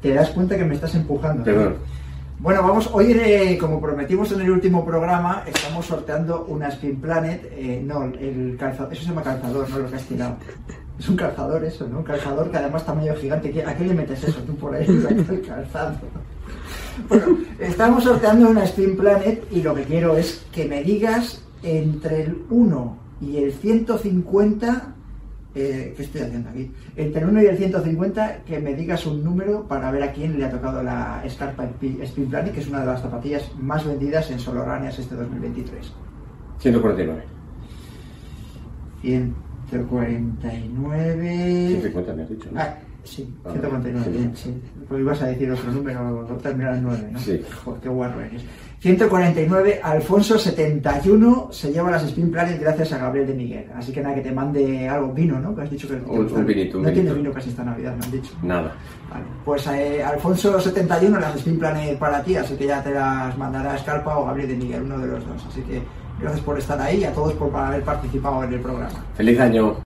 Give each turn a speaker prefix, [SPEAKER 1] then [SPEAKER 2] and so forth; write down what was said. [SPEAKER 1] te das cuenta que me estás empujando.
[SPEAKER 2] Perdón.
[SPEAKER 1] Bueno, vamos, hoy eh, como prometimos en el último programa, estamos sorteando una Spin Planet, eh, no, el calzador, eso se llama calzador, no lo que has tirado. Es un calzador eso, ¿no? Un calzador que además está medio gigante. ¿Qué- ¿A qué le metes eso tú por ahí? Saca el calzado. Bueno, estamos sorteando una Spin Planet y lo que quiero es que me digas entre el 1 y el 150, eh, ¿qué estoy haciendo aquí? Entre el 1 y el 150 que me digas un número para ver a quién le ha tocado la Scarpa Pi- Spin Planet, que es una de las zapatillas más vendidas en Soloráneas este 2023.
[SPEAKER 2] 149.
[SPEAKER 1] 149...
[SPEAKER 2] 150 me has dicho, ¿no?
[SPEAKER 1] Ah, sí,
[SPEAKER 2] Ah,
[SPEAKER 1] 149,
[SPEAKER 2] sí.
[SPEAKER 1] bien, sí. Porque ibas a decir otro número, terminar en 9, ¿no?
[SPEAKER 2] Sí.
[SPEAKER 1] Joder, qué guarro eres. 149, Alfonso 71 se lleva las Spin Planet gracias a Gabriel de Miguel. Así que nada, que te mande algo, vino, ¿no? Que has dicho que
[SPEAKER 2] Un- un vinito, un
[SPEAKER 1] No tiene
[SPEAKER 2] vinito.
[SPEAKER 1] vino casi esta Navidad, me han dicho.
[SPEAKER 2] Nada.
[SPEAKER 1] Vale, pues eh, Alfonso 71 las Spin Planet para ti, así que ya te las mandará Escarpa o Gabriel de Miguel, uno de los dos. Así que gracias por estar ahí y a todos por haber participado en el programa.
[SPEAKER 2] Feliz año.